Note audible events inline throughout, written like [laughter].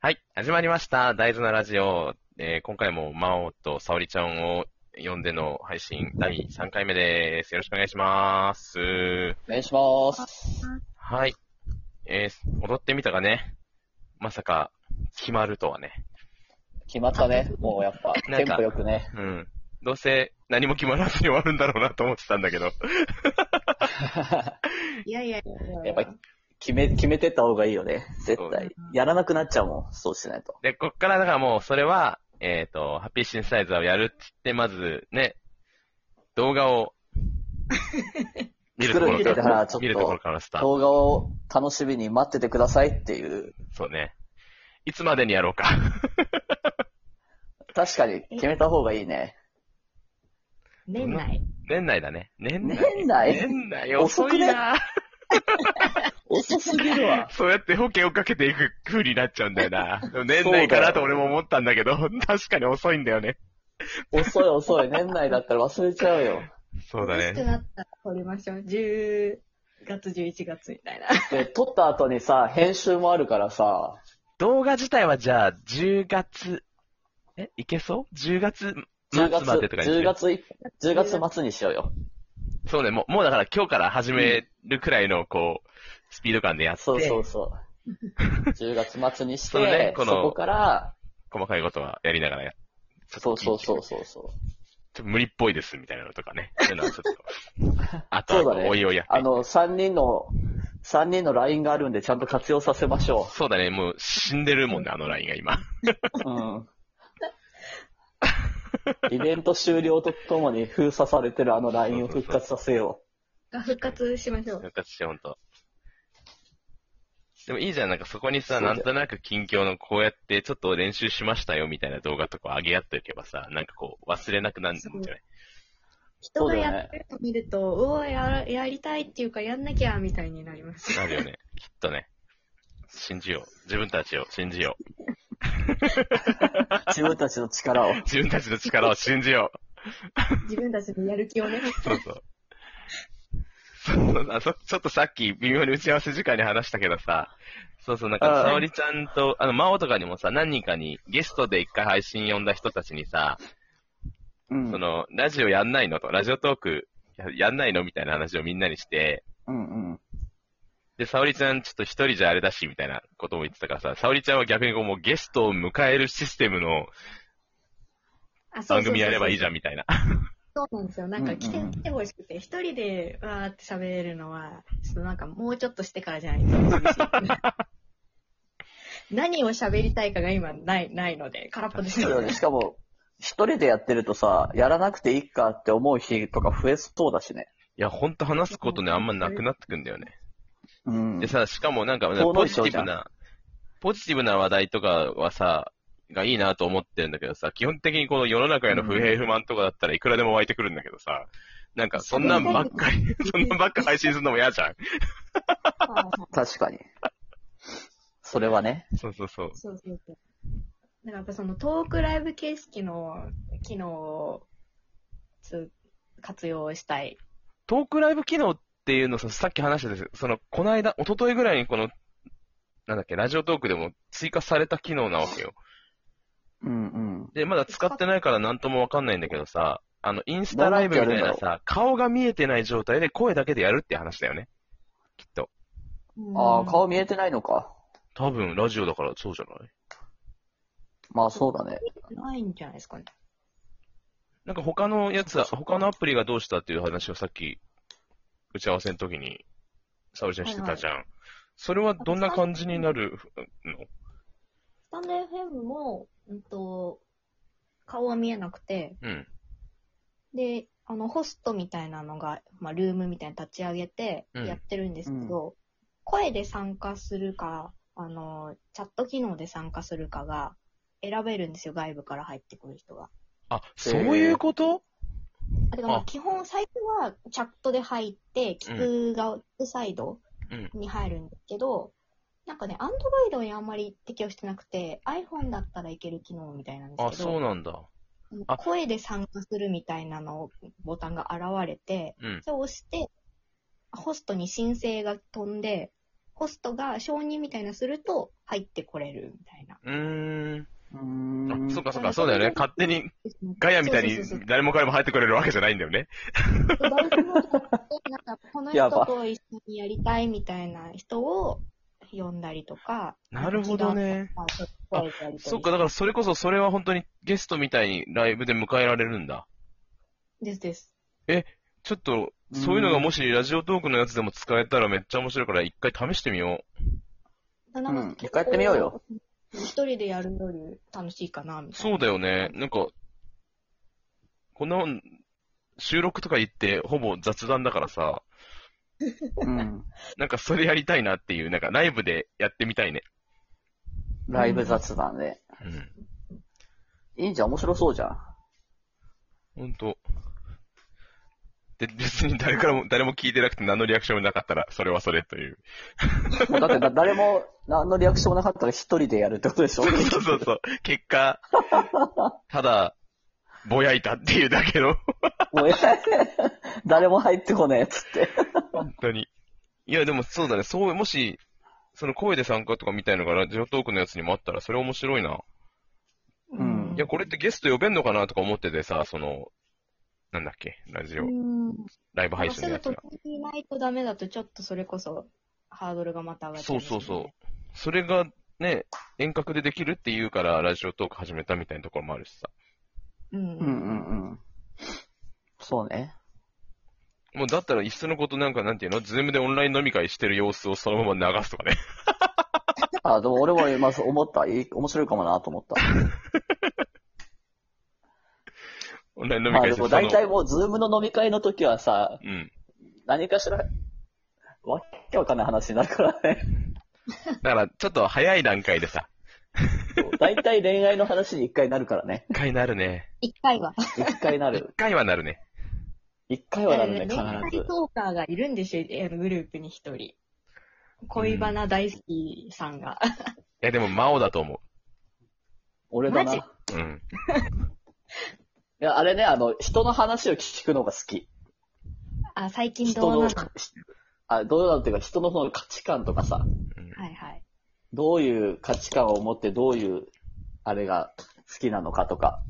はい、始まりました。大豆のラジオ。えー今回も真央と沙織ちゃんを呼んでの配信第3回目です。よろしくお願いします。お願いします。はい。えー踊ってみたがね、まさか決まるとはね。決まったね。もうやっぱ、なテんかンポよくね。う [laughs] ん。どうせ何も決まらずに終わるんだろうなと思ってたんだけど。 [laughs] いやいやいやっぱり決め、決めてった方がいいよね。絶対。やらなくなっちゃうもん。そうしないと。で、こっからだからもうそれは、えっ、と、ハッピーシンセサイザーをやるっつって、まずね、動画を見るところ作るかだかららちょっ、と見るところからスタート。動画を楽しみに待っててくださいっていう。そうね。いつまでにやろうか。 [laughs] 確かに決めた方がいいね。年内。年内だね。年内。年内年内遅いな、遅すぎるわ。そうやって保険をかけていく風になっちゃうんだよ [laughs] な。でも年内かなと俺も思ったんだけど、 [laughs] 確かに遅いんだよね。遅い遅い。年内だったら忘れちゃうよ。そうだ欲しくね。なったら撮りましょう。10月、11月みたいな。で、撮った後にさ、編集もあるからさ、動画自体はじゃあ、10月、え、いけそう ?10 月末10月、までとかにす10る。月い、10月末にしようよ。そうね、もう、もうだから今日から始めるくらいの、こう、スピード感でやって、そうそうそう。10月末に [laughs] しそうねて、こそのこから、細かいことはやりながらや、ちょっそうとそうそうちそうそう。ょっと無理っぽいです、みたいなのとか [laughs] ね。そういうのはちょっと、あとはそうだねおいおいやっていくあの、3人の、三人の LINE があるんで、ちゃんと活用させましょそうだね、もう死んでるもんね、あのラインが今。う。 [laughs] うん。イベント終了とともに封鎖されてるあの LINE を復活させよが [laughs] 復活しましょう。復活して、ほんと。でもいいじゃん、なんかそこにさ、そうだなよんとなく近況のこうやってちょっと練習しましたよみたいな動画とかを上げ合っておけばさ、なんかこう忘れなくなるんじゃ [laughs] ない人そうがだねやってるの見ると、うおーやら、やりたいっていうか、やんなきゃ、みたいになり [laughs] ます。なるよね。きっとね。信じよう。自分たちを信じよう。う。自分たちの力を。自分たちの力を信じよ自分たちのやる気 [laughs] をね。う。そうそう。そうあそちょっとさっき微妙に打ち合わせ時間に話したけどさ、そうそう、なんか、ああ沙織ちゃんと、あの、真央とかにもさ、何人かにゲストで一回配信呼んだ人たちにさ、うん。その、ラジオやんないのと、ラジオトークややんないのみたいな話をみんなにして、うんうん。で、沙織ちゃんちょっと一人じゃあれだし、みたいなことも言ってたからさ、沙織ちゃんは逆にこう、もうゲストを迎えるシステムのあそうそうそう番組やればいいじゃん、みたいな。そうなんですよ。なんか来て、うんうんうん来てほしくて、一人でわーって喋れるのは、ちょっとなんかもうちょっとしてからじゃないと [laughs] 厳しい。何を喋りたいかが今ない、ないので、空っぽですそうだよね。ね。しかも、一人でやってるとさ、やらなくていいかって思う日とか増えそうだしね。いや、ほんと話すことね、あんまなくなってくんだよね。うんで。さ、しかもなんか、そうポでジしテょィブな、ポジティブな話題とかはさ、がいいなと思ってるんだけどさ、基本的にこの世の中への不平不満とかだったらいくらでも湧いてくるんだけどさ、なんかそんなんばっかり、そ [laughs] んなんばっか配信するのも嫌じゃん。確かに。それはね。そうそうそう。そうそうそう。なんかやっぱそのトークライブ形式の機能をつ活用したい。トークライブ機能っていうのさ、さっき話したんですけどその、この間、一昨日ぐらいにこの、なんだっけ、ラジオトークでも追加された機能なわけよ。うんうん。で、まだ使ってないからなんともわかんないんだけどさ、あの、インスタライブみたいなどうなってやさ、顔が見えてない状態で声だけでやるって話だよね。きっと。ああ、顔見えてないのか。多分、ラジオだからそうじゃないまあそうだね。ないんじゃないですかね。なんか他のやつは、他のアプリがどうしたっていう話をさっき、打ち合わせの時に、沙織ちゃんしてたじゃん。それはどんな感じになるのスタンド FM も、うんと、顔は見えなくて、うん。で、あの、ホストみたいなのが、まあ、ルームみたいに立ち上げてうんやってるんですけど、声で参加するか、あの、チャット機能で参加するかが選べるんですよ、外部から入ってくる人が。あ、そういうことあ、てかまああ基本、最初はチャットで入って、聞く側、聞くサイドうんに入るんですけど、なんかね、アンドロイドにあんまり適用してなくて、iPhone だったらいける機能みたいなんですあ、けそうど、なんだ。あ声で参加するみたいなのをボタンが現れて、うん。それを押して、ホストに申請が飛んで、ホストが承認みたいなすると入ってこれるみたいな。うーん。うーあん。そっかそっか、そうだよね。勝手にガヤみたいそうそうそうに誰も彼も入ってくれるわけじゃないんだよね。そう誰でもなんかこのや人ばと一緒にやりたいみたいな人を呼んだりとか。なるほどね。なんか違う人と声をやり取りそっか、だからそれこそそれは本当にゲストみたいにライブで迎えられるんだ。ですです。ちょっと、そういうのがもしラジオトークのやつでも使えたらめっちゃ面白いから一回試してみようん一回やってみようよ。一人でやるより楽しいかな、みう。たいそうな。だよね。なんか、こんなもん収録とか言ってほぼ雑談だからさ、うん。なんかそれやりたいなっていう、なんかライブでやってみたいね。ライブ雑談で。うん。いいじゃん、面白そうじゃん。ほんと。で、別に誰からも、誰も聞いてなくて何のリアクションもなかったら、それはそれという。もうだってだ誰も何のリアクションもなかったら一人でやるってことでしょ [laughs] そうそうそうそう。結 [laughs] 果、ただ、ぼやいたっていうだけの、もうえ誰も入ってこねえっつって。本当に。いや、でもそうだね。そう、もし、その声で参加とかみたいのがラジオトークのやつにもあったら、それ面白いな。うんいや、これってゲスト呼べんのかなとか思っててさ、その、なんだっけ、ラジオう、ん。ライブな配んか信すのぐやつ途が中。にいないとダメだと、ちょっとそれこそ、ハードルがまた上がっちゃそうそうそう。それがね、遠隔でできるっていうから、ラジオトーク始めたみたいなところもあるしさ。う。うん。うんうんうん。そうね。もうだったら、いっそのことなんか、なんていうの、ズームでオンライン飲み会してる様子をそのまま流すとかね。 [laughs] あ、でも俺も今そう思った。いい面白いかもなと思った。オンライン飲みまあ会でしてもその大体もう、ズームの飲み会の時はさ、うん。何かしら、わっけわかんない話になるからね。だから、ちょっと早い段階でさ、大体恋愛の話に一回なるからね。一回なるね。一回は。一回な一る。回はなるね。一回はなる [laughs] ね、恋愛必ず。トーカーがいるんでしょ、あのグループに一人。恋バナ大好きさんが。いや、でも、真央だと思俺だな。マジいう。うん。や、あれね、あの、人の話を聞くのが好き。あ、最近人どのうなの、あ、どうなのっていうか、人のその価値観とかさ、うんはいはい。どういう価値観を持って、どういう、あれが好きなのかとか。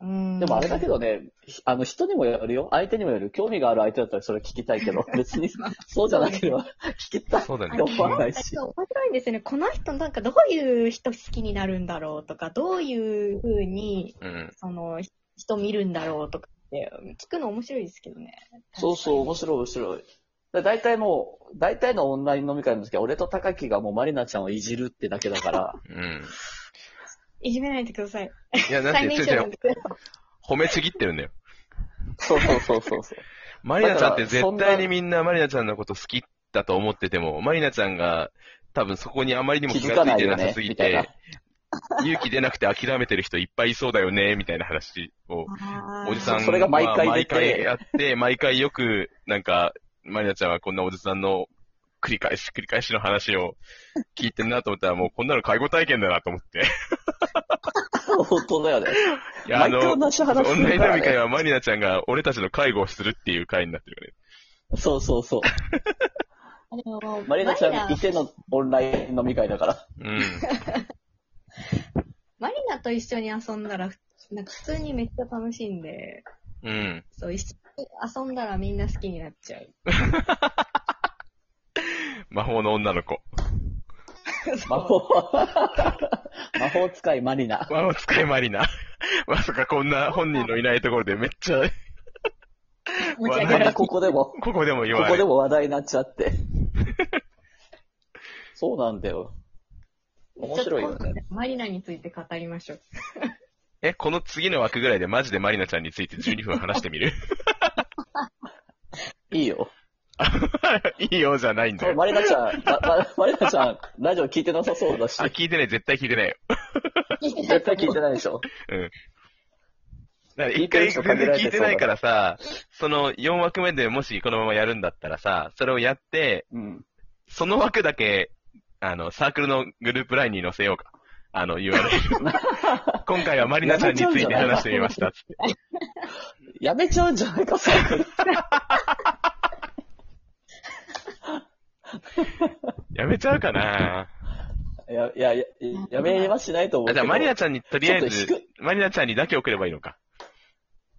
うん。でもあれだけどね、ひあの、人にもよるよ。相手にもよる。興味がある相手だったらそれ聞きたいけ [laughs] ど、別に、そうじゃなければ、聞きたい。そうだあねれ。わかんないしそう面白いんですよね。この人なんかどういう人好きになるんだろうとか、どういうふうに、うん。その、ひ人見るんだろうとかって、聞くの面白いですけどね。そうそう、面白い、面白い。だ大体もう、大体のオンライン飲み会の時は、俺と高木がもうマリナちゃんをいじるってだけだから、うん。いじめないでください。いや、なん最て、年ちょいちょ少なんいで。褒めちぎってるんだよ。 [laughs] そうそうそうそうそう。マリナちゃんってだからそん絶な対にみんなマリナちゃんのこと好きだと思ってても、マリナちゃんが多分そこにあまりにも気がついてなさすぎ気づかないよてね、勇気出なくて諦めてる人いっぱいいそうだよね、みたいな話を、あーおじさんそれが毎回は毎出て回やって、毎回よく、なんか、マリナちゃんはこんなおじさんの繰り返し繰り返しの話を聞いてるなと思ったら、もうこんなの介護体験だなと思って。本当だよね。いや、あの、毎回同じ話オすンライるンか飲らみ会ね。はマリナちゃんが俺たちの介護をするっていう会になってるよね。そうそうそう。あのマリナちゃんマリいてのオンライン飲み会だから。うん。マリナと一緒に遊んだら、なんか普通にめっちゃ楽しいんで、うん。そう、一緒に遊んだらみんな好きになっちゃう。魔法の女の子。魔 [laughs] 法、魔法使いマリナ。魔法使いマリナ。 [laughs] まさかこんな本人のいないところでめっちゃ、 [laughs] 持ちま上げられたるここでも、こここでも言わこれでる。も話題になっちゃって。そうなんだよ。面白いよねちょっと今度マリナについて語りましょう。え、この次の枠ぐらいでマジでマリナちゃんについて12分話してみる [laughs] いいよ。いいよじゃないんだよ。マリナちゃん、ままマリナちゃん、ラジオ聞いてなさそうだしあ、、聞いてない、絶対聞いてないよ。絶対聞いてないでしょ。だから聞一いて回る人全限ら然聞れていてないからさ、その4枠目でもしこのままやるんだったらさ、それをやって、うん。その枠だけ、あの、サークルのグループラインに載せようか。あの、URL。今回はマリナちゃんについて話してみました。つってやめちゃうんじゃないか、サークル。やめちゃうかないや、いや、ややめはしないと思うあじけど。ゃあ、マリナちゃんにとりあえちょっずと低、マリナちゃんにだけ送ればいいのか。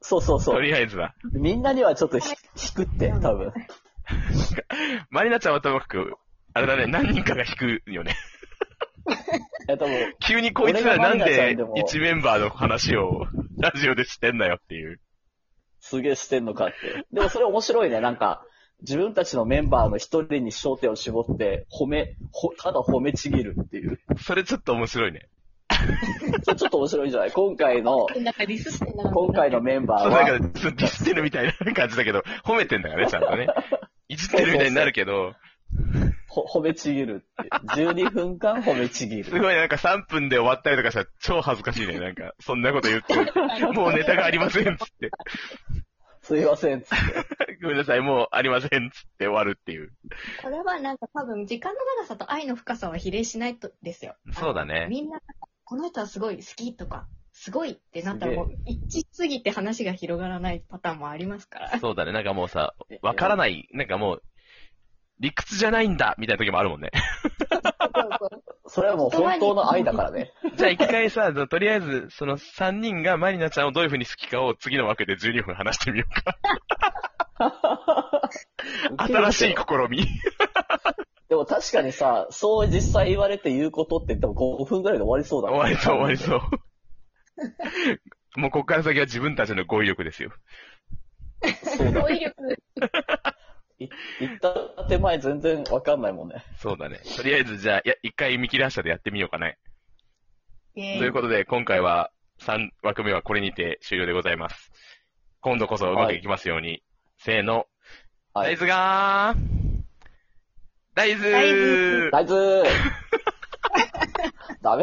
そうそうそとう。りあえずは。みんなにはちょっとひ引くって、多分。マリナちゃんはともかく、あれだね、何人かが引くよね。え、多分、急にこいつらなん俺がマリナちゃでんでも一メンバーの話をラジオでしてんだよっていう。すげえしてんのかって。でもそれ面白いね。なんか、自分たちのメンバーの一人に焦点を絞って、褒め、ほただ褒めちぎるっていう。それちょっと面白いね。それちょっと面白いんじゃない今回の、なんかリスしてんだから今回のメンバーそうはな、んか、ちょっとディスってるみたいな感じだけど、褒めてんだからね、ちゃんと [laughs] ね。いじってるみたいになるけど、ほ褒めちぎるっていう。12分間褒めちぎする。ごいなんか3分で終わったりとかしたら超恥ずかしいね。なんか、そんなこと言って、もうネタがありませんっつって。すいませんっつって。ごめんなさい、もうありませんっつって終わるっていう。これはなんか多分時間の長さと愛の深さは比例しないとですよ。そうだね [laughs] あのみんな、この人はすごい好きとか、すごいってなったらもう一致すぎて話が広がらないパターンもありますから。そうだね、なんかもうさえわからない、なんかもう、理屈じゃないんだみたいな時もあるもんね。それはもう本当の愛だからね。 [laughs] じゃあ一回さ、とりあえず、その3人がマリナちゃんをどういう風に好きかを次の枠で12分話してみようか。新しい試み。でも確かにさ、そう実際言われて言うことって言っても5分ぐらいで終わりそうだ終わりそう、終わり [laughs] そう。もうここから先は自分たちの語彙力ですよ。そうだ。 [laughs] 語彙力。い言った手前全然わかんないもんね。そうだね。とりあえずじゃあ、いや一回見切り発車でやってみようかね。とといいうことで、今回は3枠目はこれにて終了でございます。今度こそうまくいきますように。せーの。は大い。豆がー大豆大豆大豆